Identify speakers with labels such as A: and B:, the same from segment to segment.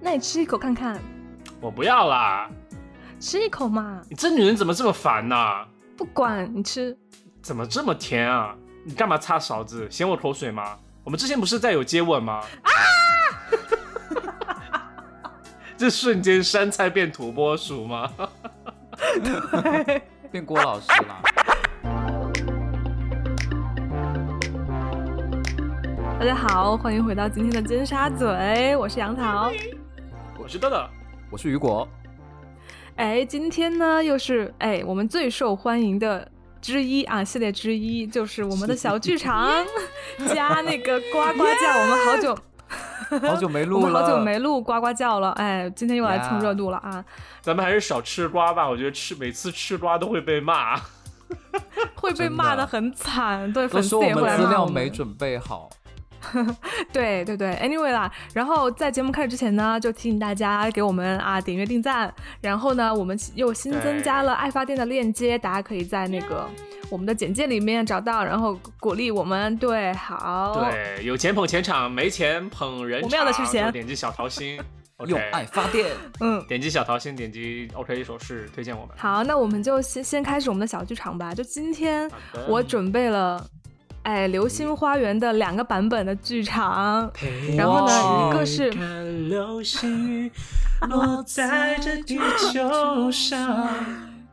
A: 那你吃一口看看，
B: 我不要啦！
A: 吃一口嘛，
B: 你这女人怎么这么烦呐、
A: 不管你吃。
B: 怎么这么甜啊？你干嘛擦勺子？嫌我口水吗？我们之前不是在有接吻吗？ 啊！这瞬间山菜变土拨鼠吗？
C: 变郭老师了。
A: 大家好，欢迎回到今天的尖沙咀，我是杨桃。
B: 我是豆豆，
C: 我是雨果，
A: 哎，今天呢又是哎我们最受欢迎的之一啊，系列之一就是我们的小剧 场 加那个呱呱叫，我们好久
C: 好久没
A: 我
C: 录
A: 们
C: 了，
A: 好久没录呱呱叫了，哎，今天又来蹭热度了啊，
B: 咱们还是少吃瓜吧。我觉得吃每次吃瓜都会被骂。
A: 会被
C: 真的
A: 骂的很惨，对，
C: 都
A: 粉丝
C: 说我
A: 也会来嗯
C: 们资
A: 骂
C: 料
A: 我们
C: 没。准备好，
A: 对对对，anyway 啦，然后在节目开始之前呢，就提醒大家给我们啊点阅定赞，然后呢，我们又新增加了爱发电的链接，大家可以在那个我们的简介里面找到，然后鼓励我们。对，好，
B: 对，有钱捧钱场，没钱捧人
A: 哦
B: 场。
A: 我们要的是钱
B: 就点击小 桃心，OK，
C: 用爱发电。
A: 嗯，
B: 点击小桃心，点击 OK 一首诗推荐我们。
A: 好，那我们就先先开始我们的小剧场吧。就今天
B: 好的
A: 我准备了，哎，《流星花园》的两个版本的剧场，然后呢，
C: 哇
A: 一个是
B: 看流星落在这地球上。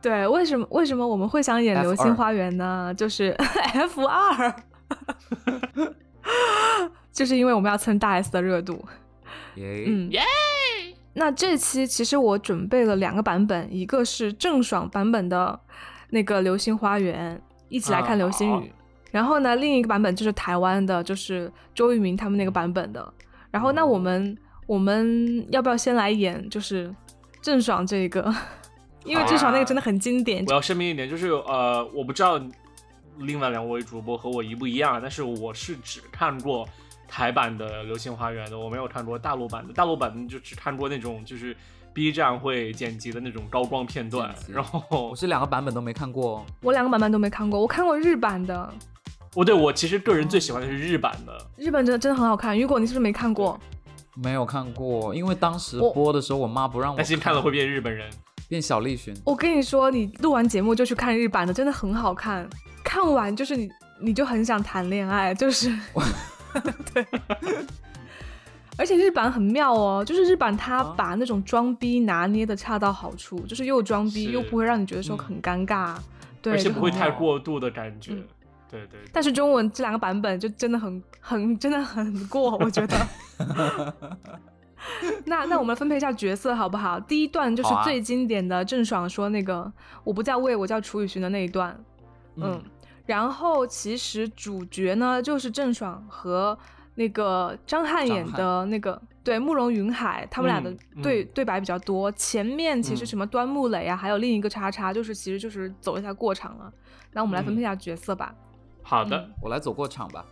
A: 对，为什么为什么我们会想演《流
C: F2
A: 星花园》呢？就是 F 二，就是因为我们要蹭大 S 的热度。
C: 耶，
A: 嗯，
B: 耶！
A: 那这期其实我准备了两个版本，一个是郑爽版本的那个《流星花园》，一起来看
B: 啊
A: 流星
B: 好
A: 雨。然后呢，另一个版本就是台湾的，就是周渝民他们那个版本的。然后，那我们
B: 哦
A: 我们要不要先来演就是郑爽这个？ 因为郑爽那个真的很经典，
B: 啊我要声明一点，就是呃，我不知道另外两位主播和我一不一样，但是我是只看过台版的《流星花园》的，我没有看过大陆版的。大陆版的就只看过那种就是 B 站会剪辑的那种高光片段
C: 剪，辑
B: 然
C: 我
B: 后
C: 是两个版本都没看过哦，
A: 我两个版本都没看过，我看过日版的，
B: 我哦对我其实个人最喜欢的是日版的，
A: 日本真的真的很好看。雨果，你是不是没看过？
C: 没有看过，因为当时
A: 我
C: 播的时候我妈不让我，
B: 担心看了会变日本人。
C: 变小栗旬。
A: 我跟你说，你录完节目就去看日版的，真的很好看。看完就是你，你就很想谈恋爱，就是 对。而且日版很妙哦，就是日版它
C: 啊
A: 把那种装逼拿捏的恰到好处，就是又装逼
B: 是嗯
A: 又不会让你觉得说很尴尬，对，
B: 而且
A: 就很
B: 不会
A: 好
B: 太过度的感觉。
A: 嗯
B: 对对，
A: 但是中文这两个版本就真的很很真的很过，我觉得。 那那我们分配一下角色好不好？第一段就是
C: 好啊
A: 最经典的郑爽说那个、我不叫魏，我叫楚雨荨的那一段，嗯。
C: 嗯
A: 然后其实主角呢就是郑爽和那个张翰演的那个对慕容云海，他们俩的
B: 嗯嗯
A: 对、对白比较多。前面其实
B: 嗯
A: 什么端木磊啊，还有另一个叉叉，就是其实就是走一下过场了。那我们来分配一下角色吧。嗯
B: 好的，
C: 我来走过场吧。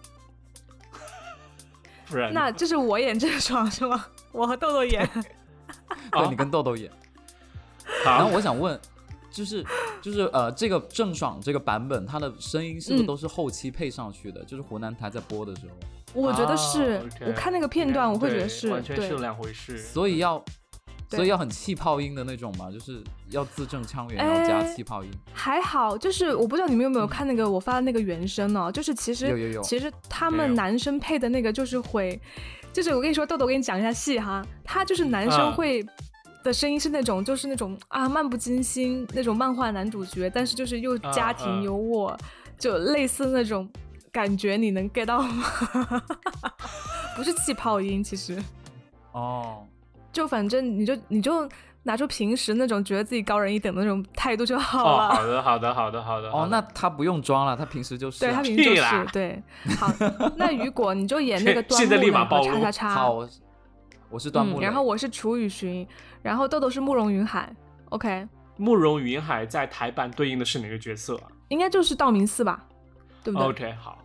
B: 不然
A: 那就是我演郑爽是吗？我和豆豆 演。
C: 对你跟豆豆演。然
B: 哦好
C: 后，我想问，就是就是呃，这个郑爽这个版本，她的声音是不是
A: 嗯
C: 都是后期配上去的？就是湖南台在播的时候，
A: 我觉得是，
B: 啊，OK
A: 我看那个片段，我会觉
B: 对
A: 得是
B: 完全
A: 对
B: 是两回事。
C: 所以要
A: 对
C: 所以要很气泡音的那种嘛，就是要字正腔圆，
A: 哎
C: 然后加气泡音。
A: 还好，就是我不知道你们有没有看那个我发的那个原声哦，就是其实
C: 有有有
A: 其实他
B: 有有
A: 们男生配的那个就是会，就是我跟你说，豆豆，我给你讲一下戏哈，他就是男生
B: 嗯
A: 会。的声音是那种，就是那种啊，漫不经心那种漫画男主角，但是就是又家
B: 嗯
A: 庭
B: 嗯
A: 优渥，就类似那种感觉，你能 get 到吗？ 不是气泡音，其实
C: 哦，
A: 就反正你就你就拿出平时那种觉得自己高人一等的那种态度就好
B: 哦，
A: 了。
B: 好的，好的，好的，好的。好
C: 哦
B: 的，
C: 那她不用装了，她平时就是 啊、
A: 对他平时就
B: 屁啦
A: 是对，好，那雨果你就演那个端
B: 现在
A: 木
B: 立马
A: 磊
B: 暴
A: 和
B: 露
A: 叉叉叉，
C: 好，我是我是端木
A: 嗯，
C: 磊、
A: 然后我是楚雨荨，然后豆豆是慕容云海，OK，
B: 慕容云海在台版对应的是哪个角色啊
A: 应该就是道明寺吧，对不对
B: ？OK，好，哦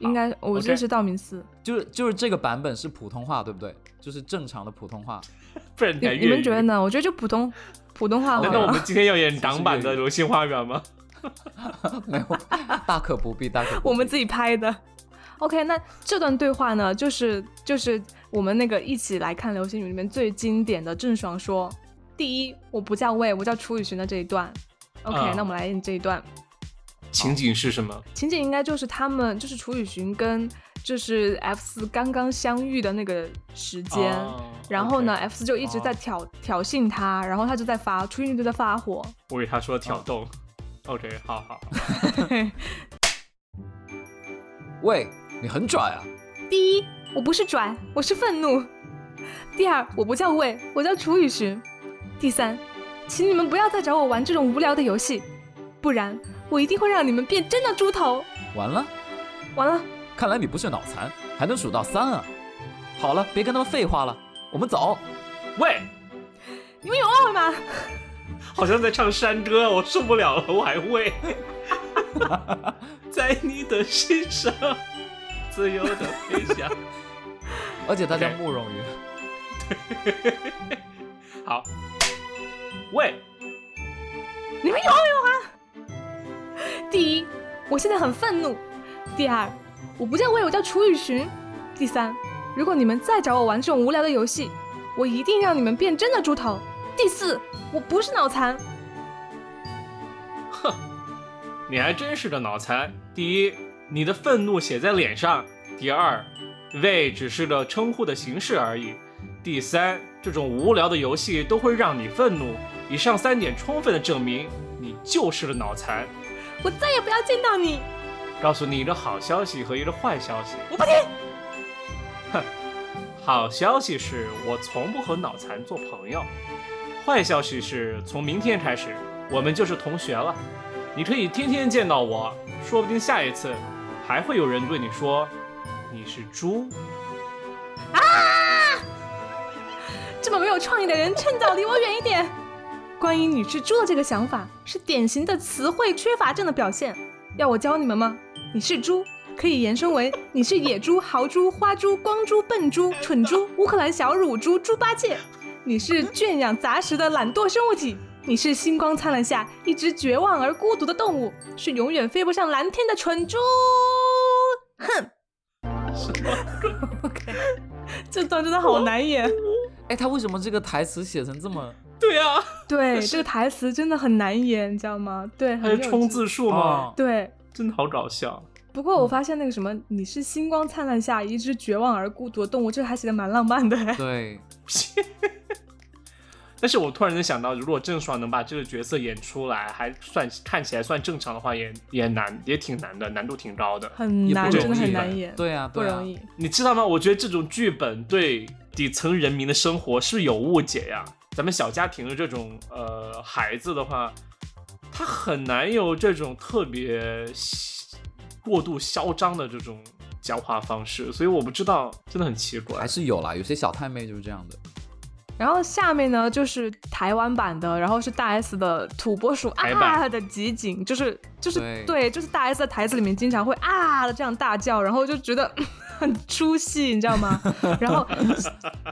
A: 应该我记得
B: OK
A: 是道明寺，
C: 就是就是这个版本是普通话，对不对？就是正常的普通 话。
B: 不然
A: 你
B: 台
A: 你
B: 粤
A: 们
B: 语
A: 觉得？呢？我觉得就普通普通话好
B: 难道我
A: 了。
B: 们今天要 演港版的
C: 是
B: 《
C: 粤
B: 流星花园》吗？
C: 没有，大可不必，大可不必。
A: 我们自己拍的。OK，那这段对话呢，就是就是我们那个一起来看《流星雨》里面最经典的郑爽说：“第一，我不叫魏，我叫楚雨荨的这一段。” OK，、
B: 嗯
A: 那我们来念这一段。
B: 情景是什么？
A: 情景应该就是他们，就是楚雨荨跟就是 F 四刚刚相遇的那个时间。
B: 哦
A: 然后呢
B: OK
A: ，F 四就一直在
B: 哦
A: 挑、挑衅他，然后他就在发，楚雨荨就在发火。
B: 我给他说挑逗。OK，好好，
C: 喂，你很拽啊！
A: 第一，我不是拽，我是愤怒；第二，我不叫魏，我叫楚雨荨；第三，请你们不要再找我玩这种无聊的游戏，不然我一定会让你们变真的猪头。
C: 完了，
A: 完了，
C: 看来你不是脑残，还能数到三啊！好了，别跟他们废话了，我们走。
B: 喂，
A: 你们有二吗？
B: 好像在唱山歌，我受不了了，我还喂， 在你的心上，自由的飞翔。
C: 而且他叫
B: OK
C: 慕容云。
B: 好，喂，
A: 你们有没有啊？第一，我现在很愤怒；第二，我不叫魏，我叫楚雨荨；第三，如果你们再找我玩这种无聊的游戏，我一定让你们变真的猪头；第四，我不是脑残。
B: 你还真是个脑残。第一，你的愤怒写在脸上；第二，喂只是个称呼的形式而已；第三，这种无聊的游戏都会让你愤怒。以上三点充分的证明你就是个脑残。
A: 我再也不要见到你！
B: 告诉你一个好消息和一个坏消息。
A: 我不听。
B: 好消息是我从不和脑残做朋友，坏消息是从明天开始我们就是同学了。你可以天天见到我，说不定下一次还会有人对你说你是猪。
A: 这么没有创意的人，趁早离我远一点。关于你是猪的这个想法，是典型的词汇缺乏症的表现。要我教你们吗？你是猪，可以延伸为你是野猪、豪猪、花猪、光猪、笨猪、蠢猪、乌克兰小乳猪、猪八戒。你是圈养杂食的懒惰生物体，你是星光灿烂下一只绝望而孤独的动物，是永远飞不上蓝天的蠢猪。 哼。OK，这段真的好难演。
C: 哎，他为什么这个台词写成这么？
B: 对啊，
A: 对，
B: 但是
A: 这个台词真的很难演，你知道吗？对，
B: 还
A: 很
B: 有
A: 幼
B: 冲
A: 稚。
B: 字数吗
C: 哦？
A: 对，
B: 真的好搞笑。
A: 不过我
C: 嗯
A: 发现那个什么，你是星光灿烂下一只绝望而孤独的动物，这个还写的蛮浪漫的。哎
C: 对，
B: 但是我突然间想到，如果郑爽能把这个角色演出来，还算看起来算正常的话，也也难，也挺难的，难度挺高的。
A: 很
C: 也
A: 难，
C: 不
A: 真
C: 容
A: 的
C: 易
A: 很
C: 吧
A: 难演，
C: 对啊，
A: 不
C: 对啊
A: 容。易。
B: 你知道吗？我觉得这种剧本对底层人民的生活是有误解呀。咱们小家庭的这种呃孩子的话，他很难有这种特别过度嚣张的这种教化方式，所以我不知道，真的很奇怪
C: 还。是有啦，有些小太妹就是这样的。
A: 然后下面呢就是台湾版的，然后是大 S 的土拨鼠
B: 台版
A: 啊的集锦，就是就是
C: 对
A: 就是大 S 的台词里面经常会啊的这样大叫，然后就觉得嗯很出戏，你知道吗？然后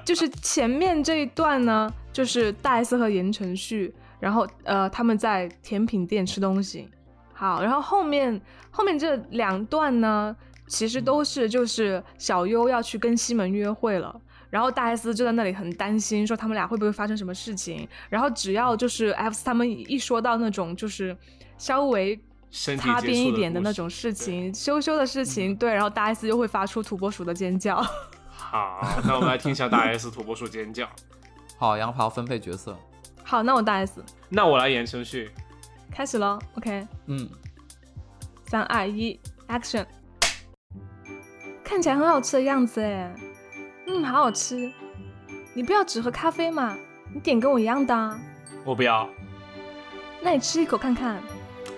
A: 就是 前面这一段呢，就是大 S 和言承旭，然后呃他们在甜品店吃东西，好，然后后面后面这两段呢，其实都是就是小优要去跟西门约会了。然后大 S 就在那里很担心，说他们俩会不会发生什么事情。然后只要就是 F 他们一说到那种就是稍微
B: 身体
A: 擦
B: 接
A: 边
B: 触
A: 一
B: 的
A: 点的
B: 故
A: 那
B: 事嗯
A: 种事情，羞羞的事情，对，然后大 S 就会发出土拨鼠的尖叫。
B: 好，那我们来听一下大 S 土拨鼠尖叫。
C: 好，杨桃分配角色。
A: 好，那我大 S
B: 那我来演程序。
A: 开始喽，OK。
C: 嗯，
A: 三二一，Action！看起来很好吃的样子哎，嗯，好好吃。你不要只喝咖啡嘛，你点跟我一样的啊。
B: 我不要，
A: 那你吃一口看看，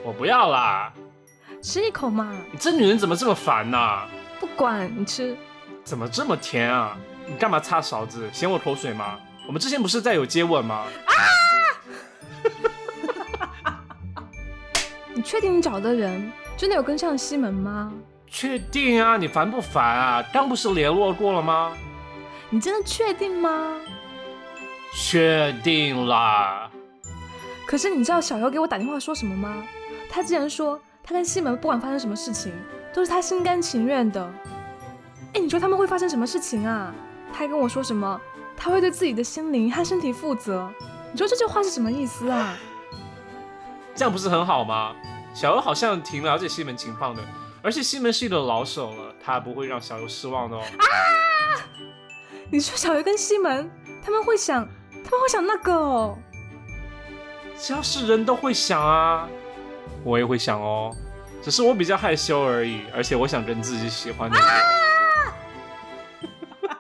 B: 我不要啦！
A: 吃一口嘛，
B: 你这女人怎么这么烦呐、
A: 不管你吃。
B: 怎么这么甜啊？你干嘛擦勺子？嫌我口水吗？我们之前不是在有接吻吗？
A: 你确定你找的人真的有跟上西门吗？
B: 确定啊？你烦不烦啊？刚不是联络过了吗？
A: 你真的确定吗？
B: 确定啦。
A: 可是你知道小优给我打电话说什么吗？他竟然说他跟西门不管发生什么事情，都是他心甘情愿的。哎，你说他们会发生什么事情啊？他还跟我说什么，他会对自己的心灵和身体负责。你说这句话是什么意思啊？
B: 这样不是很好吗？小优好像挺了解西门情况的，而且西门是一个老手了，他不会让小优失望的哦。
A: 你说小鱼跟西门，他们会想，他们会想那个哦。
B: 只要是人都会想啊，我也会想哦，只是我比较害羞而已，而且我想跟自己喜欢的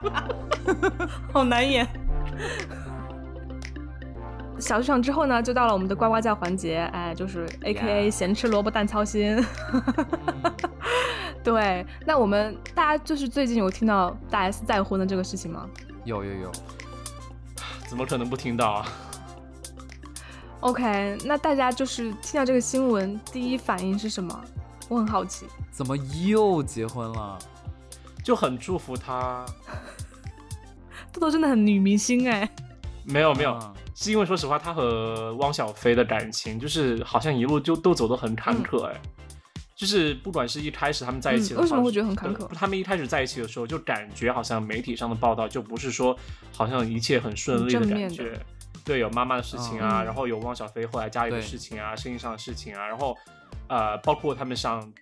B: 人。
A: 好难演。小剧场之后呢，就到了我们的呱呱叫环节，哎，就是 A K A 咸吃萝卜淡操心。嗯 对，那我们大家就是最近有听到大 S 再婚的这个事情吗
C: 有有有，
B: 怎么可能不听到啊？
A: ？OK，那大家就是听到这个新闻，第一反应是什么？我很好奇。
C: 怎么又结婚了？
B: 就很祝福他。
A: 豆豆真的很女明星哎，
B: 没有没有，
C: 啊
B: 是因为说实话，他和汪小菲的感情就是好像一路就都走得很坎坷哎。就是不管是一开始他们在一起
A: 嗯
B: 的话、
A: 为什么会觉得很坎坷
B: 呃他们一开始在一起的时候，就感觉好像媒体上的报道就不是说好像一切很顺利的
A: 很正
B: 感
A: 面的
B: 觉。对，有妈妈的事情啊，
A: 嗯
B: 然后有汪小菲后来家里的
C: 对
B: 事情啊，生意上的事情啊，然后呃，包括他们上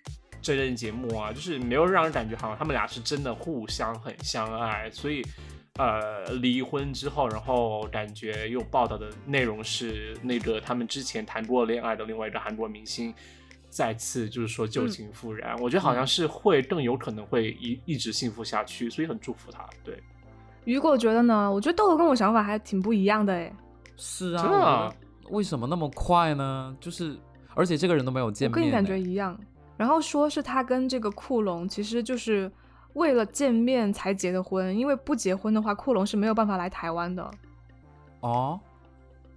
B: 真人节目啊，就是没有让人感觉好像他们俩是真的互相很相爱，所以呃，离婚之后，然后感觉又报道的内容是那个他们之前谈过恋爱的另外一个韩国明星，再次就是说旧情复燃，我觉得好像是会更有可能会一一直幸福下去，所以很祝福他。对，
A: 雨果觉得呢？我觉得豆豆跟我想法还挺不一样的哎。
C: 是啊，
B: 真的啊
C: 我觉得为什么那么快呢？就是，而且这个人都没有见
A: 我
C: 面
A: 跟你
C: 呢，
A: 感觉一样。然后说是他跟这个库龙，其实就是为了见面才结的婚，因为不结婚的话，库龙是没有办法来台湾的。
C: 哦，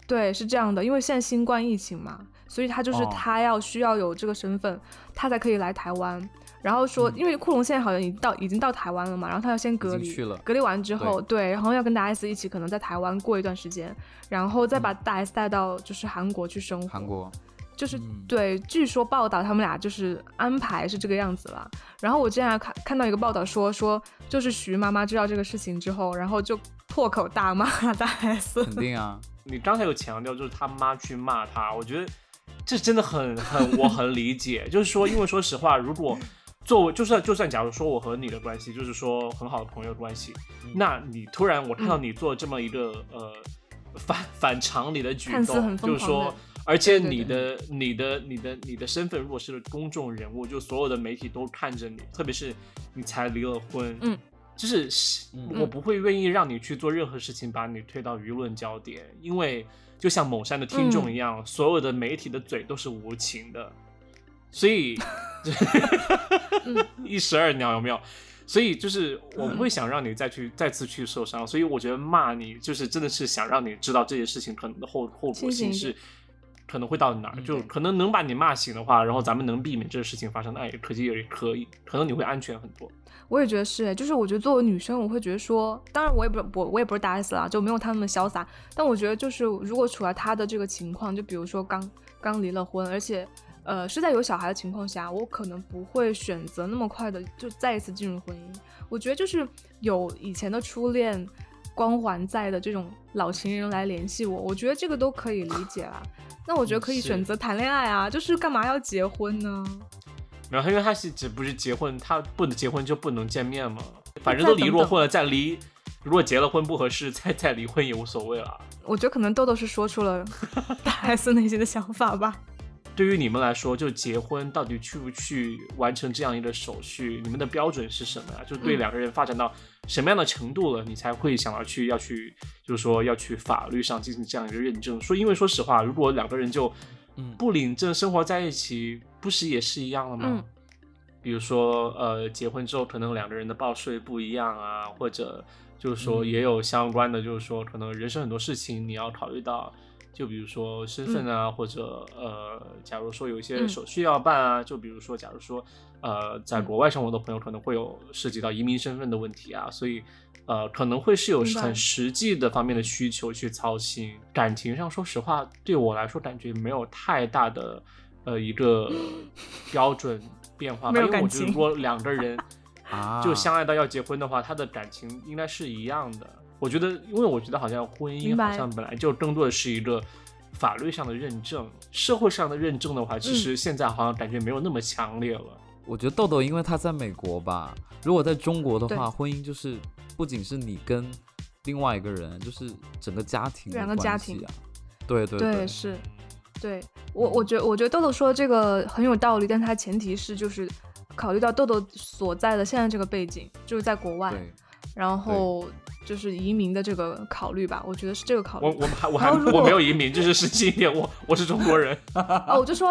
A: 对，是这样的，因为现在新冠疫情嘛，所以他就是
C: 哦
A: 他要需要有这个身份，他才可以来台湾。然后说，
C: 嗯
A: 因为库龙现在好像已经到已经到台湾了嘛，然后他要先隔
C: 经
A: 离，
C: 去了
A: 隔离完之后，对，然后要跟大 S 一起可能在台湾过一段时间，然后再把大 S 带到就是韩国去生活。
C: 嗯韩国，
A: 就是、
C: 嗯
A: 对，据说报道他们俩就是安排是这个样子了。然后我之前还看看到一个报道说说，就是徐妈妈知道这个事情之后，然后就破口大骂 大 S。
C: 肯定 啊，
B: 你刚才有强调，就是他妈去骂他，我觉得这真的很很，我很理解。就是说，因为说实话，如果作为就算就算假如说我和你的关系，就是说很好的朋友关系，
A: 嗯
B: 那你突然我看到你做这么一个、呃反反常理的举
A: 看似
B: 动，
A: 很疯狂
B: 就
A: 的
B: 是说。而且
A: 对对
B: 你的、你的、你的、你的身份，如果是个公众人物，就所有的媒体都看着你，特别是你才离了婚，
A: 嗯，
B: 就是是
C: 嗯
B: 我不会愿意让你去做任何事情，把你推到舆论焦点，因为就像某山的听
A: 嗯
B: 众一样，所有的媒体的嘴都是无情的，所以
A: 嗯
B: 一石二鸟有没有？所以就是我不会想让你再去、再次去受伤，所以我觉得骂你就是真的是想让你知道这件事情可能的后后果
A: 清醒
B: 性
A: 一
B: 是可能会到哪儿，
C: 嗯
B: 就可能能把你骂醒的话，然后咱们能避免这个事情发生，那也可惜也可以，可能你会安全很多。
A: 我也觉得是，就是我觉得作为女生，我会觉得说，当然我也不我我也不是大 S 啦，就没有他那么潇洒。但我觉得就是如果处在她的这个情况，就比如说刚刚离了婚，而且呃是在有小孩的情况下，我可能不会选择那么快的就再一次进入婚姻。我觉得就是有以前的初恋光环在的这种老情人来联系我，我觉得这个都可以理解啦。那我觉得可以
B: 是
A: 选择谈恋爱啊，就是干嘛要结婚呢？
B: 然后因为他是只不是结婚，他不能结婚就不能见面嘛，反正
A: 再
B: 都离
A: 等
B: 过
A: 等
B: 婚了，再离，如果结了婚不合适，再再离婚也无所谓了。
A: 我觉得可能豆豆是说出 了大 S 内心的想法吧。
B: 对于你们来说，就结婚到底去不去完成这样一个手续，你们的标准是什么呀、就对
A: 嗯
B: 两个人发展到什么样的程度了，你才会想要去要去，就是说要去法律上进行这样一个认证。说，因为说实话，如果两个人就
C: 嗯
B: 不领证生活在一起，不是也是一样了吗？
A: 嗯
B: 比如说，呃，结婚之后可能两个人的报税不一样啊，或者就是说
C: 嗯
B: 也有相关的，就是说可能人生很多事情你要考虑到，就比如说身份啊，
C: 嗯
B: 或者呃，假如说有一些
A: 嗯
B: 手续要办啊，就比如说假如说呃，在
C: 嗯
B: 国外生活的朋友可能会有涉及到移民身份的问题啊，所以呃，可能会是有
A: 明白
B: 很实际的方面的需求去操心。感情上，说实话，对我来说感觉没有太 大的呃一个标准变化吧，
A: 没有
B: 因为我
A: 感
B: 觉得
A: 情
B: 如果两个人
C: 啊，
B: 就相爱到要结婚的话，他的感情应该是一样的。我觉得，因为我觉得好像婚姻
A: 明白
B: 好像本来就更多的是一个法律上的认证，社会上的认证的话，
A: 嗯
B: 其实现在好像感觉没有那么强烈了。
C: 我觉得豆豆因为他在美国吧，如果在中国的
A: 对
C: 话，婚姻就是不仅是你跟另外一个人，就是整个家庭的
A: 两个家
C: 关系啊，对对
A: 对，
C: 对
A: 是，对我，我觉我觉得豆豆说的这个很有道理，但它前提是就是考虑到豆豆所在的现在这个背景，就是在国外，
C: 对
A: 然后就是移民的这个考虑吧，我觉得是这个考虑。
B: 我我还我还
A: 然后如果
B: 我没有移民，这是实际一点，我我是中国人。
A: 哦，我就说，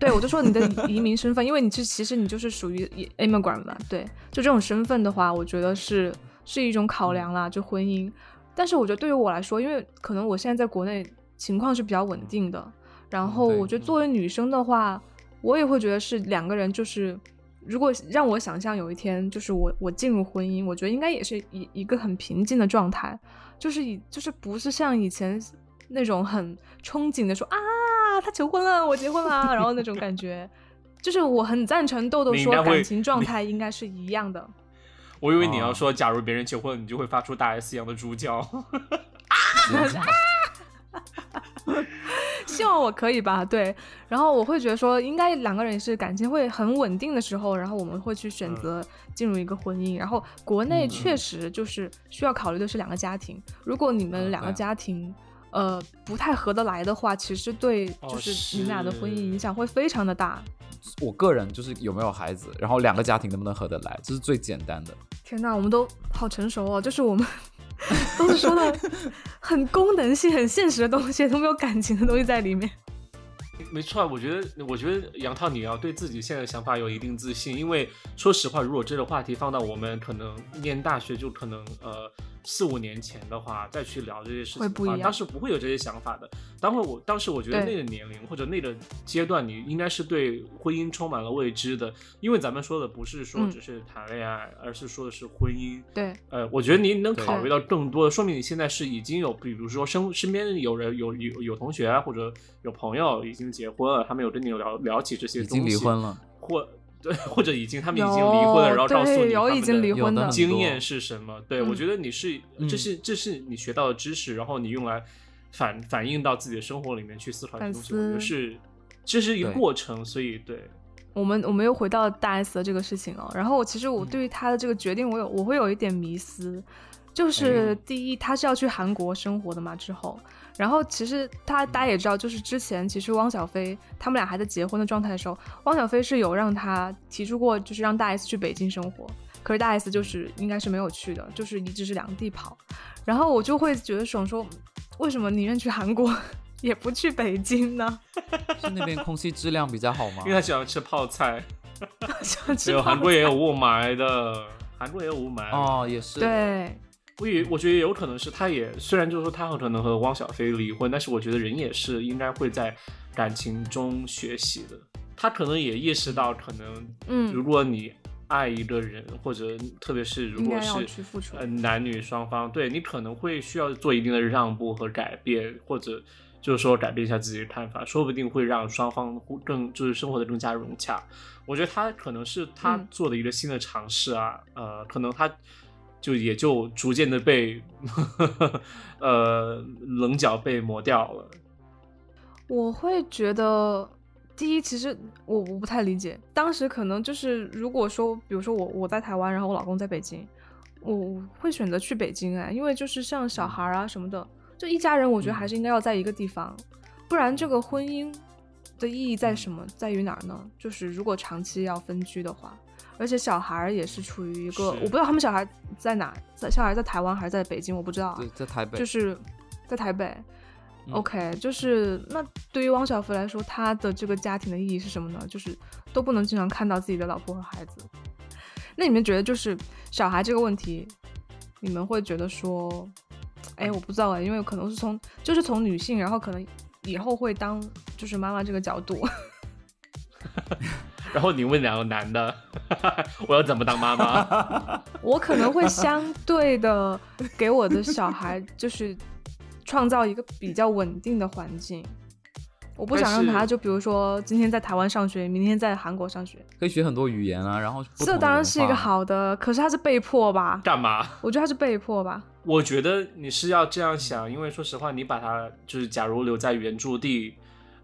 A: 对我就说你的移民身份，因为你是其实你就是属于 immigrant 嘛，对，就这种身份的话，我觉得是是一种考量啦，就婚姻。但是我觉得对于我来说，因为可能我现在在国内情况是比较稳定的，然后
C: 对
A: 我觉得作为女生的话，我也会觉得是两个人就是。如果让我想象有一天，就是我我进入婚姻，我觉得应该也是一一个很平静的状态，就是以就是不是像以前那种很憧憬的说啊，他求婚了，我结婚了，啊然后那种感觉。就是我很赞成豆豆
B: 你应
A: 说
B: 该会
A: 感情状态应该是一样的，
B: 我以为你要说，假如别人求婚，你就会发出大 S 一样的猪叫。
A: 希望我可以吧，对。然后我会觉得说，应该两个人是感情会很稳定的时候，然后我们会去
B: 嗯
A: 选择进入一个婚姻。然后国内确实就是需要考虑的是两个家庭，如果你们
C: 嗯
A: 两个
C: 对
A: 家庭。呃，不太合得来的话，其实对
B: 哦
A: 就是你们俩的婚姻
B: 是
A: 影响会非常的大。
C: 我个人就是有没有孩子，然后两个家庭能不能合得来，这是最简单的。
A: 天呐，我们都好成熟哦，就是我们 都是说的很功能性、很现实的东西，都没有感情的东西在里面。
B: 没错，我觉得，我觉得杨涛，你要对自己现在的想法有一定自信，因为说实话，如果这个话题放到我们可能念大学，就可能呃四五年前的话，再去聊这些事
A: 会
B: 情
A: 不
B: 的
A: 一
B: 话，
A: 样
B: 当时不会有这些想法的。当会我当时我觉得
A: 对
B: 那个年龄或者那个阶段，你应该是对婚姻充满了未知的，因为咱们说的不是说
A: 嗯
B: 只是谈恋爱，而是说的是婚姻。
A: 对，
B: 呃，我觉得您能
C: 对
B: 考虑到更多的，说明你现在是已经有，比如说身身边有人有有有同学啊，或者有朋友已经结婚了，他们有跟你聊聊起这些
C: 已
B: 东西，
C: 经离婚了，
B: 或对，或者已经他们已
A: 有
B: 经离婚了，然后告诉
A: 对
B: 你
A: 有
B: 他
A: 已
B: 们
A: 经离
B: 的
A: 婚
C: 有的很
B: 经
C: 多
B: 验是什么。对，我
A: 嗯
B: 觉得你是
C: 嗯
B: 这是这是你学到的知识，然后你用来反反映到自己的生活里面去思考这
A: 反
B: 些东西，我觉
A: 思
B: 得是这是一个
C: 对啊
B: 过程，所以对，
A: 我们我们又回到大 S 的这个事情哦。然后其实我
B: 嗯
A: 对于她的这个决定，我有我会有一点迷思，就是
B: 哎
A: 第一，她是要去韩国生活的嘛，之后，然后其实她大家也知道，就是之前其实汪小菲他们俩还在结婚的状态的时候，汪小菲是有让她提出过，就是让大 S 去北京生活。可是大 S
B: 嗯
A: 就是应该是没有去的，就是一直是两地跑，然后我就会觉得爽说，为什么宁愿去韩国 也不去北京呢？
C: 是那边空气质量比较好吗
B: 因为？他喜欢吃 泡菜，
A: 想
B: 没
A: 知
B: 有
A: 道
B: 韩国也有雾霾的，韩国也有雾霾
C: 哦，也是，
A: 对
B: 我也我觉得有可能是他也虽然就是说他很可能和汪小菲离婚，但是我觉得人也是应该会在感情中学习的。他可能也意识到，可能
A: 嗯
B: 如果你爱一个人，或者特别是如
A: 应
B: 果
A: 该要去
B: 是
A: 付出
B: 呃男女双方，对你可能会需要做一定的让步和改变，或者就是说改变一下自己的看法，说不定会让双方互更就是生活的更加融洽。我觉得他可能是他
A: 嗯
B: 做的一个新的尝试啊，呃，可能他就也就逐渐的被呃棱角被磨掉了。
A: 我会觉得，第一，其实我我不太理解，当时可能就是如果说，比如说我我在台湾，然后我老公在北京，我我会选择去北京哎，因为就是像
B: 嗯
A: 小孩啊什么的，就一家人，我觉得还是应该要在一个地方，不然这个婚姻的意义在
B: 嗯
A: 什么，在于哪儿呢？就是如果长期要分居的话。而且小孩也是处于一个，
B: 是
A: 我不知道他们小孩在哪儿，在小孩在台湾还是在北京，我不知道啊。
C: 对，在台北，
A: 就是在台北。
C: 嗯
A: OK，就是那对于汪小菲来说，他的这个家庭的意义是什么呢？就是都不能经常看到自己的老婆和孩子。那你们觉得就是小孩这个问题，你们会觉得说，哎，我不知道哎，因为可能是从就是从女性，然后可能以后会当就是妈妈这个角度，
B: 然后你问两个男的， 我要怎么当妈妈？
A: 我可能 会相对的给我的小孩就是创造一个比较稳定的环境，我不想让
B: 但
A: 他
B: 是
A: 就比如说今天在台湾上学，明天在韩国上学，
C: 可以学很多语言啊，然后不同
A: 这
C: 的
A: 当然
C: 文
A: 是一个
C: 化
A: 好的，可是他是被迫吧？
B: 干嘛？
A: 我觉得他是被迫吧。
B: 我觉得你是要这样想，因为说实话，你把它就是假如留在原住地，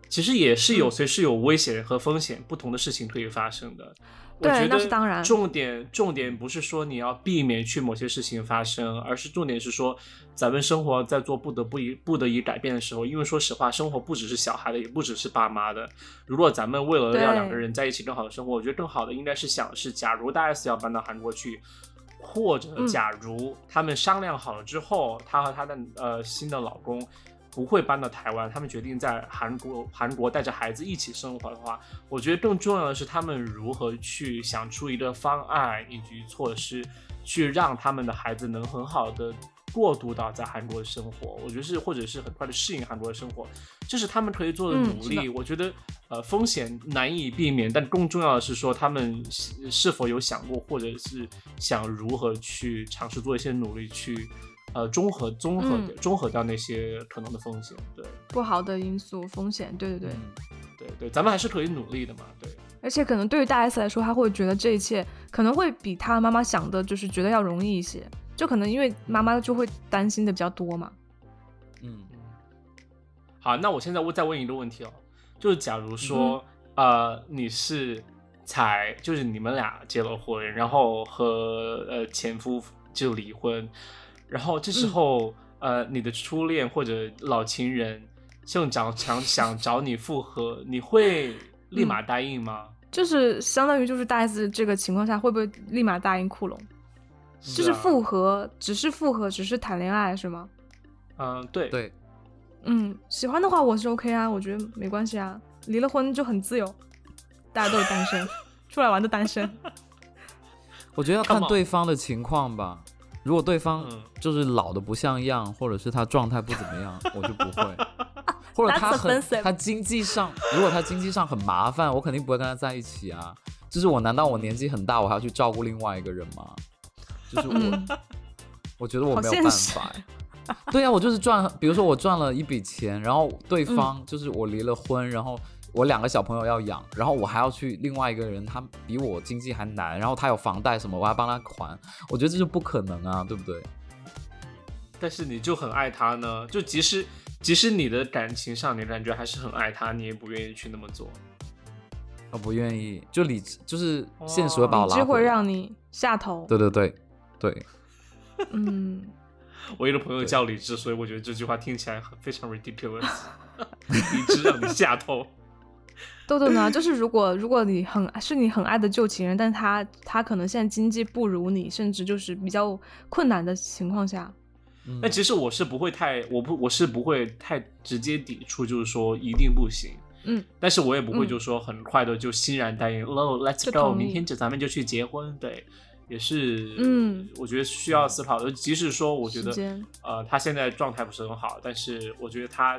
B: 其实也
A: 嗯
B: 是有随时有危险和风险，不同的事情可以发生的。我
A: 对
B: 觉得
A: 那是当然
B: 重点重点不是说你要避免去某些事情发生，而是重点是说咱们生活在做不得不以不得已改变的时候，因为说实话，生活不只是小孩的，也不只是爸妈的。如果咱们为了让
A: 对
B: 两个人在一起更好的生活，我觉得更好的应该是想的是，假如大 S 要搬到韩国去，或者
A: 嗯
B: 假如他们商量好了之后，她和她的呃新的老公不会搬到台湾，他们决定在韩国韩国带着孩子一起生活的话，我觉得更重要的是他们如何去想出一个方案以及措施，去让他们的孩子能很好的。过渡到在韩国的生活，我觉得是或者是很快的适应韩国的生活，这是他们可以做的
A: 嗯
B: 努
C: 是
B: 力。
C: 的
B: 我觉得，呃，风险难以避免，但更重要的是说，他们是是否有想过，或者是想如何去尝试做一些努力去，呃，综合综合、
A: 嗯
B: 综合掉那些可能的风险。对
A: 不好的因素、风险，对对对，
C: 嗯
B: 对对，咱们还是可以努力的嘛。对，
A: 而且可能对于大 S 来说，她会觉得这一切可能会比她妈妈想的，就是觉得要容易一些，就可能因为妈妈就会担心的比较多嘛。
C: 嗯，
B: 嗯。好，那我现在我再问一个问题哦，就是假如
A: 嗯
B: 说，呃，你是才就是你们俩结了婚，然后和呃前夫就离婚，然后
A: 嗯
B: 这时候、呃你的初恋或者老情人想找想想找你复合，你
A: 嗯
B: 会立马答应吗？
A: 就是相当于就是大 S 这个情况下，会不会立马答应库龙？就是
B: 啊
A: 复合，只是复合，只是谈恋爱是吗？
B: 嗯、对
C: 对，
A: 嗯，喜欢的话我是 OK 啊，我觉得没关系啊，离了婚就很自由，大家都是单身，出来玩都单身。
C: 我觉得要看
B: Come on
C: 对方的情况吧。如果对方
B: 嗯
C: 就是老的不像样，或者是他状态不怎么样，我就不 会。或者
A: That's
C: 他很
A: offensive
C: 他经济上，如果他经济上很麻烦，我肯定不会跟他在一起啊。就是我难道我年纪很大，我还要去照顾另外一个人吗？就是 我，
A: 嗯，
C: 我觉得我
A: 好
C: 没有
A: 现
C: 办
A: 实
C: 法欸。对呀、我就是赚，比如说我赚了一笔钱，然后对方就是我离了婚，然后我两个小朋友要养，然后我还要去另外一个人，他比我经济还难，然后他有房贷什么，我还帮他还，我觉得这就不可能啊，对不对？
B: 但是你就很爱他呢，就即使即使你的感情上你感觉还是很爱他，你也不愿意去那么做。
C: 我不愿意，就理智就是现实会把我
A: 理
C: 拉
A: 智
C: 回
A: 会
C: 来
A: 让你下头。
C: 对对对对，
A: 嗯，
B: 我有一个朋友叫理智，所以我觉得这句话听起来很非常 ridiculous。理智让你下头，
A: 豆豆呢，就是如果如果你很是你很爱的旧情人，但他他可能现在经济不如你，甚至就是比较困难的情况下，
C: 嗯
B: 那其实我是不会太，我不我是不会太直接抵触，就是说一定不行。
A: 嗯，
B: 但是我也不会
A: 嗯
B: 就说很快的就欣然答应。喽、let's
A: 就
B: go，
A: 同意
B: 明天就咱们就去结婚。对，也是，
A: 嗯，
B: 我觉得需要思考的。即使说我觉
A: 时
B: 得
A: 间，
B: 呃，他现在状态不是很好，但是我觉得他，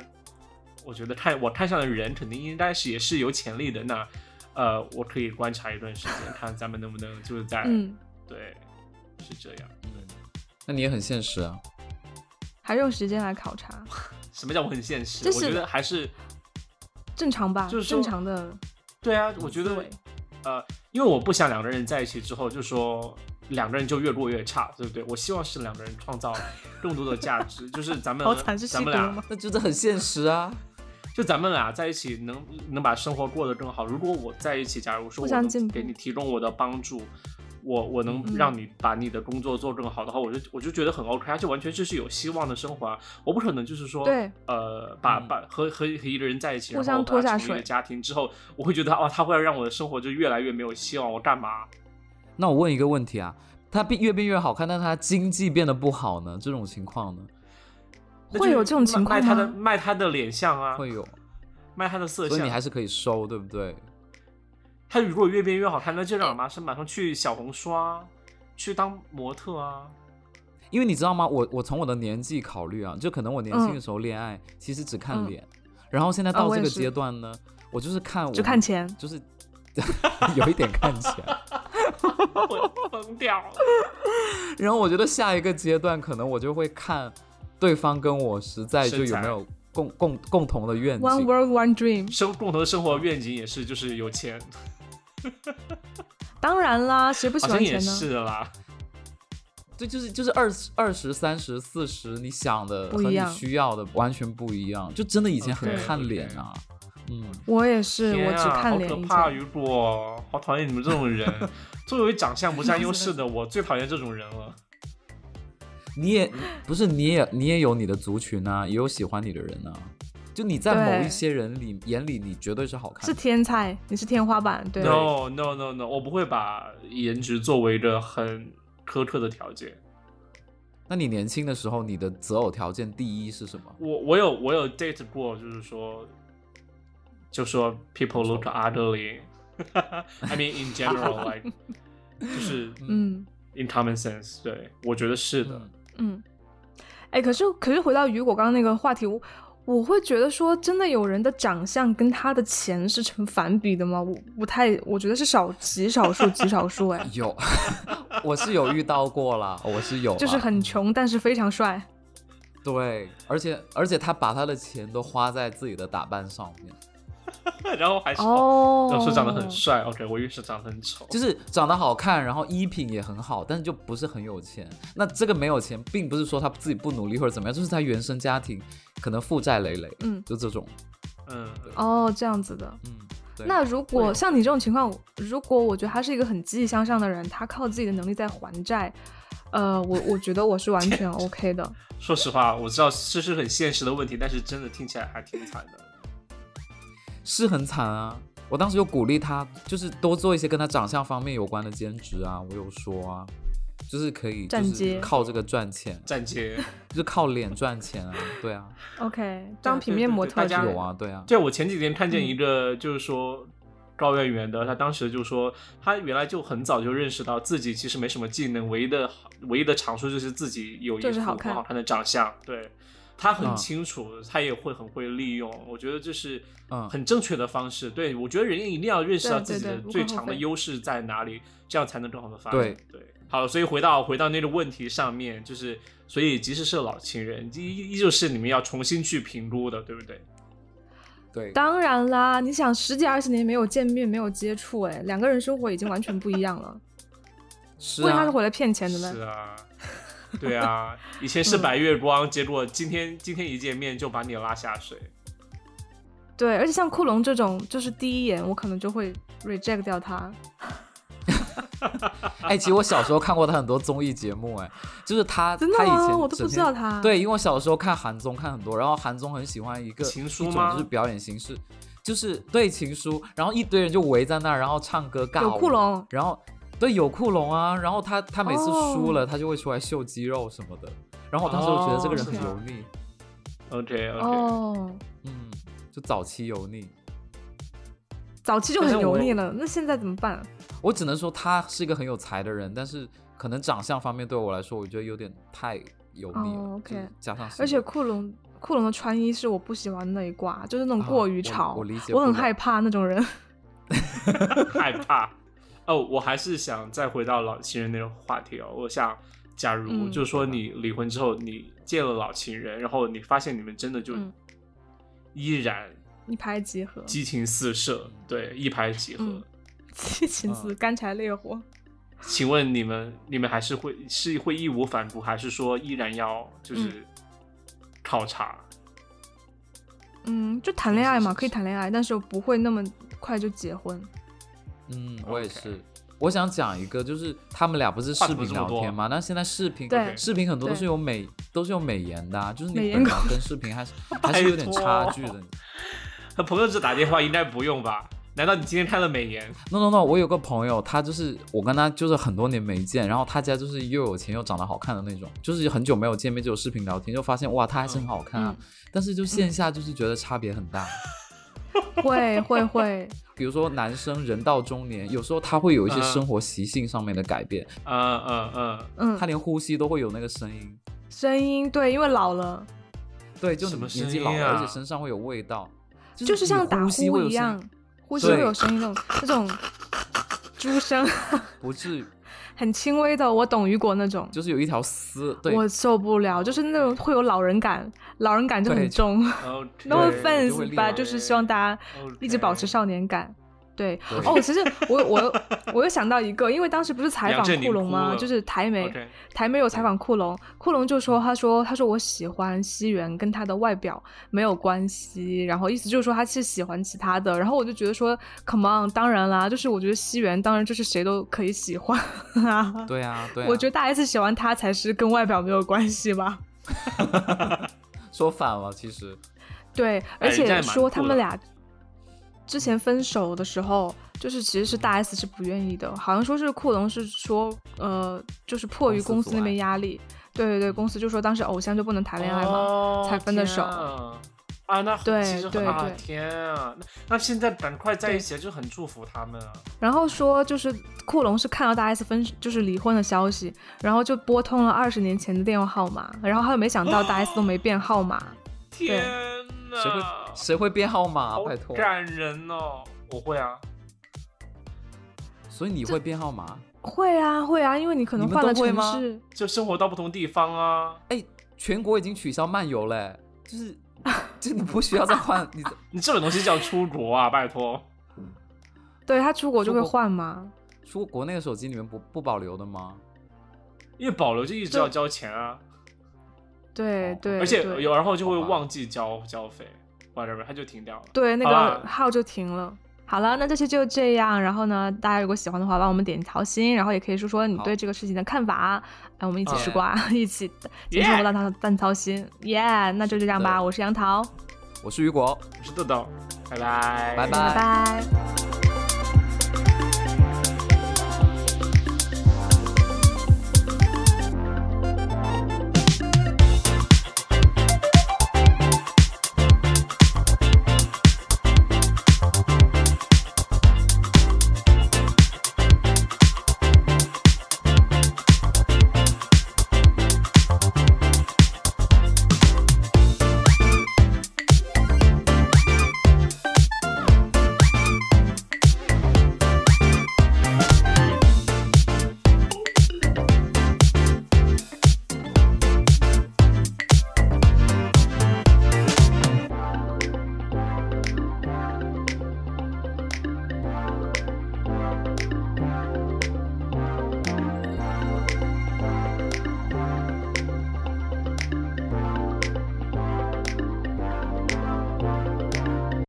B: 我觉得看我看上的人肯定应该是也是有潜力的。那呃，我可以观察一 段时间，看咱们能不能就是在、
A: 嗯，
B: 对，是这样。
C: 那你也很现实啊，
A: 还是用时间来考察，
B: 什么叫我很现实？
A: 这是
B: 我觉得还是
A: 正常吧，
B: 就是
A: 正
B: 说
A: 常的
B: 对啊，我觉
A: 思
B: 得
A: 维。
B: 呃，因为我不想两个人在一起之后就说两个人就越过越差，对不对？我希望是两个人创造更多的价值，就是咱们
A: 好惨，是吸
B: 咱
A: 毒
B: 们
A: 了
B: 俩
A: 吗？
C: 那就是很现实啊。
B: 就咱们俩在一起能能把生活过得更好。如果我在一起，假如
A: 互
B: 说我
A: 相
B: 能
A: 进步
B: 给你提供我的帮助，我我能
A: 嗯
B: 让你把你的工作做更好的话，我就我就觉得很 OK，而且完全就是有希望的生活啊。我不可能就是说，
A: 对，
B: 呃，把
C: 嗯
B: 把和和和一个人在一起，
A: 互
B: 然后
A: 相
B: 把
A: 拖
B: 他
A: 下
B: 成为一个
A: 水
B: 家庭之后，我会觉得哦，他会让我的生活就越来越没有希望，我干嘛？
C: 那我问一个问题啊，他变越变越好看，但他经济变得不好呢，这种情况呢
B: 那
A: 会
B: 就
A: 有这种情况
B: 卖卖他的
A: 吗？
B: 卖他的脸相啊，
C: 会有，
B: 卖他的色
C: 所以你还
B: 相。
C: 是可以收，对不对？
B: 他如果越变越好看，那就让马上马上去小红书啊，去当模特啊。
C: 因为你知道吗？我我从我的年纪考虑啊，就可能我年轻的时候恋爱、其实只看
A: 嗯
C: 脸，然后现在
A: 啊
C: 到
A: 我
C: 这
A: 也
C: 个
A: 是
C: 阶段呢，我就是看我
A: 就看，钱，
C: 就是 有一点看 钱。
B: 我疯掉了。
C: 然后我觉得下一个阶段可能我就会看对方跟我实在就有没有共共共同的愿景。
A: One world, one dream。
B: 生共同的生活愿景也是，就是有钱，
A: 当然啦，谁不喜
B: 好
A: 欢
B: 像也
A: 钱呢？
B: 是啦。
C: 对，就是就是二十二十三十四十，你想的
A: 不
C: 和
A: 一
C: 你
A: 样
C: 需要的完全不一样，就真的以前很
B: OK，
C: 看
B: OK
C: 脸啊。嗯，
A: 我也是，
B: 天
A: 我
B: 啊，
A: 只看脸
B: 好可
A: 以
B: 怕！
A: 前。
B: 雨果，好讨厌你们这种人。作为长相不占优势的我，最讨厌这种人了。
C: 你也不是你也你也有你的族群啊，也有喜欢你的人啊。就你在
A: 对
C: 某一些人里眼里，你绝对是好看
A: 是
C: 的。
A: 天才，你是天花板，对。
B: No no no no，我不会把颜值作为一个很苛刻的条件。
C: 那你年轻的时候，你的择偶条件第一是什么？
B: 我我有我有 date 过，就是说，就说 people look ugly，I mean in general like，就是
A: 嗯
B: in common sense，对我觉得是的。
C: 嗯
A: 嗯。哎，可是可是回到雨果刚刚那个话题，我我会觉得说，真的有人的长相跟他的钱是成反比的吗？我不太，我觉得是少极少数极少数， 哎，
C: 有， 我是有遇到过啦，我是有啦，
A: 就是很穷，但是非常 帅。
C: 对，而且而且他把他的钱都花在自己的打扮上 面，
B: 然后还是
A: 哦，
B: 要说长得很帅，OK，我以为是长得很丑。
C: 就是长得好看，然后衣品也很好，但是就不是很有钱。那这个没有钱，并不是说他自己不努力或者怎么样，就是他原生家庭可能负债累累，
A: 嗯
C: 就这种，
B: 嗯，
A: 哦，这样子的。
C: 嗯，对。
A: 那如
B: 会
A: 果
B: 有
A: 像你这种情况，如果我觉得他是一个很积极向上的人，他靠自己的能力在还债，呃，我我觉得我是完全 OK 的。
B: 说实话，我知道这是很现实的问题，但是真的听起来还挺惨的。
C: 是很惨啊。我当时就鼓励他，就是多做一些跟他长相方面有关的兼职啊。我有说啊，就是可以就
A: 站
C: 是
A: 街
C: 靠这个赚钱，
B: 站街，
C: 就是靠脸赚钱啊。对啊，
A: OK，当
B: 对
A: 平
B: 对
A: 面
B: 对
A: 模
B: 大
A: 特
B: 家
A: 就
C: 有啊，对啊。
B: 对我前几天看
A: 嗯
B: 见一个，就是说高院员的，他当时就说，他原来就很早就认识到自己其实没什么技能，唯一的唯一的长处就是自己有一
A: 就是
B: 副
A: 好
B: 很
A: 看
B: 好看的长相。对，他很
C: 嗯
B: 清楚，他也会很会利用。我觉得这是
C: 嗯
B: 很正确的方式。对我觉得人一定要认识到
A: 对
B: 自己
A: 对
B: 的
A: 对无
B: 最
A: 可厚
B: 强的
A: 非
B: 优势在哪里，这样才能更好的发展。
C: 对
B: 对。好，所以回到回到那个问题上面，就是，所以即使是老情人，依依旧是你们要重新去评估的，对不对？
C: 对，
A: 当然啦，你想十几二十年没有见面、没有接触，哎，两个人生活已经完全不一样了。
C: 是
A: 所以他
C: 啊
A: 是，回来骗钱的
B: 是
A: 呗？
B: 啊，对啊，以前是白月
A: 嗯
B: 光，结果今天今天一见面就把你拉下水。
A: 对，而且像库龙这种，就是第一眼我可能就会 reject 掉他。
C: 哎，其实我小时候看过他很多综艺节目，哎，就是他，
A: 真的
C: 他以
A: 吗？
C: 前
A: 我都不
C: 整
A: 知
C: 天
A: 道他。
C: 对，因为我小时候看韩综看很多，然后韩综很喜欢一个
B: 情书
C: 一种
B: 吗
C: 就是表演形式，就是对情书，然后一堆人就围在那儿，然后唱歌尬舞，
A: 有库龙
C: 然后对有库龙啊，然后他他每次输
A: 哦
C: 了，他就会出来秀肌肉什么的，然后我当时就觉得这个人
A: 哦
C: 很
A: 是吗
C: 油腻，
B: OK OK，、
A: 哦，
C: 嗯，就早期油腻，
A: 早期就
B: 但
A: 很
B: 是
A: 油
B: 我
A: 腻了，那现在怎么办？啊
C: 我只能说他是一个很有才的人，但是可能长相方面对我来说，我觉得有点太油腻了、
A: 哦，OK
C: 就是加上性
A: 而且
C: 格
A: 库龙库龙的穿衣是我不喜欢的那一挂，就是那种
C: 啊
A: 过于
C: 我
A: 潮，
C: 我理解
A: 我
C: 不
A: 很
C: 了
A: 害怕那种人。
B: 害怕。哦，我还是想再回到老情人那个话题哦。我想，假如
A: 嗯
B: 就是说你离婚之后，你见了老情人，然后你发现你们真的就
A: 嗯
B: 依然
A: 一拍即合，
B: 激情四射，对，一拍即合。
A: 嗯激情
C: 啊
A: 似干柴烈火。
B: 请问你们，你们还是会是会义无反顾，还是说依然要就是考察？
A: 嗯，就谈恋爱嘛，
B: 是是
A: 可以谈恋爱，但是我不会那么快就结婚。
C: 嗯，我也
B: OK
C: 是。我想讲一个，就是他们俩不是视
B: 话怎么这
C: 频
B: 么
C: 聊
B: 多
C: 天嘛？那现在视频
A: 对
C: 视频很多都
A: 对
C: 是有美都是有美颜的、啊，就是你
A: 美
C: 本
A: 颜
C: 人
A: 控
C: 跟视 频还是还是有点差距的。
B: 和朋友这打电话应该不用吧？难道你今天看了美颜？
C: No No No，我有个朋友，他就是我跟他就是很多年没见，然后他家就是又有钱又长得好看的那种，就是很久没有见面就有视频聊天，就发现哇他还
B: 嗯
C: 是很好看
A: 嗯
C: 啊，但是就线下就是觉得差别很大。
A: 会会会，
C: 比如说男生人到中年，有时候他会有一些
B: 嗯
C: 生活习性上面的改变，
B: 嗯嗯嗯，
A: 嗯
C: 他，连呼吸都会有那个声音。
A: 声音对，因为老了，
C: 对，就
B: 什
C: 你
B: 么
C: 年
B: 声
C: 纪老
B: 音
C: 了，而且
B: 啊
C: 身上会有味道，就
A: 就是像
C: 你
A: 打
C: 呼吸会
A: 呼
C: 有
A: 一
C: 声音
A: 样，呼吸会
C: 对
A: 有声音那种那种猪声，
C: 不至于
A: 很轻微的，我懂雨果那种，
C: 就是有一条丝，对，
A: 我受不了，就是那种会有老人感，老人感就很
C: 对
A: 重。No
B: 哦
C: 对就会
A: offense
C: 立
A: 吧，
C: 马
A: 就是希望大家一直保持少年感。对，
C: 对
A: 哦，其实我我我又想到一个，因为当时不是采
B: 杨
A: 访
B: 振宁
A: 库龙
B: 哭
A: 吗？
B: 了
A: 就是台媒
B: OK，
A: 台媒有
C: 嗯
A: 采访库龙，库龙就说，他说他说我喜欢西元，跟他的外表没有关系，然后意思就是说他是喜欢其他的，然后我就觉得说，come on，当然啦，就是我觉得西元当然就是谁都可以喜欢啊，
C: 对啊，对啊，
A: 我觉得大 S 喜欢他才是跟外表没有关系吧。
C: 说反了，其实
A: 对，而
B: 哎人家也
A: 且
B: 蛮
A: 说他
B: 酷
A: 们
B: 的
A: 俩之前分手的时候，就是其实是大 S 是不愿意的，好像说是库龙是说，呃，就是迫于
C: 公
A: 公司
C: 司阻
A: 那边
C: 碍
A: 压力，对对对，公司就说当时偶像就不能谈恋爱嘛，
B: 哦
A: 才分的手
B: 天啊，啊那
A: 对
B: 其实
A: 对
B: 啊
A: 对
B: 天啊，那那现在赶快在一起，就很祝福他们啊。
A: 然后说就是库龙是看到大 S 分就是离婚的消息，然后就拨通了二十年前的电话号码，然后他又没想到大 S 都没变号码，
B: 天
C: 谁会
B: 哪，
C: 谁会编号码啊？
B: 啊好
C: 拜托，
B: 感人哦！我会啊，
C: 所以你会编号码？
A: 会啊会啊，因为你可
C: 你
A: 能
C: 们
A: 换
C: 都
A: 了城
C: 会吗
A: 市，
B: 就生活到不同地方啊。
C: 全国已经取消漫游嘞，就是就你不需要再换，你
B: 你这种东西叫出国啊，拜托。
A: 对他出国就
C: 出
A: 会
C: 国
A: 换嘛，
C: 出国内的手机你们不不保留的吗？
B: 因为保留就一直
A: 就
B: 要交钱啊，
A: 对
C: 哦
A: 对，
B: 而且
A: 对
B: 有然后就会
C: 好吧
B: 忘记交交费，whatever，它就停掉了。
A: 对，那
B: 好啦
A: 个号就停了。好了，那这期就这样。然后呢，大家如果喜欢的话，帮我们点一条心，然后也可以说说你
C: 好
A: 对这个事情的看法。哎，我们一起
C: 嗯
A: 吃瓜， 一起接受
B: Yeah
A: 蛋操蛋操心。耶、那就这样吧。
C: 对
A: 我是杨桃，
C: 我是雨果，
B: 我是豆豆，拜拜，
C: 拜
A: 拜
C: 拜
A: 拜。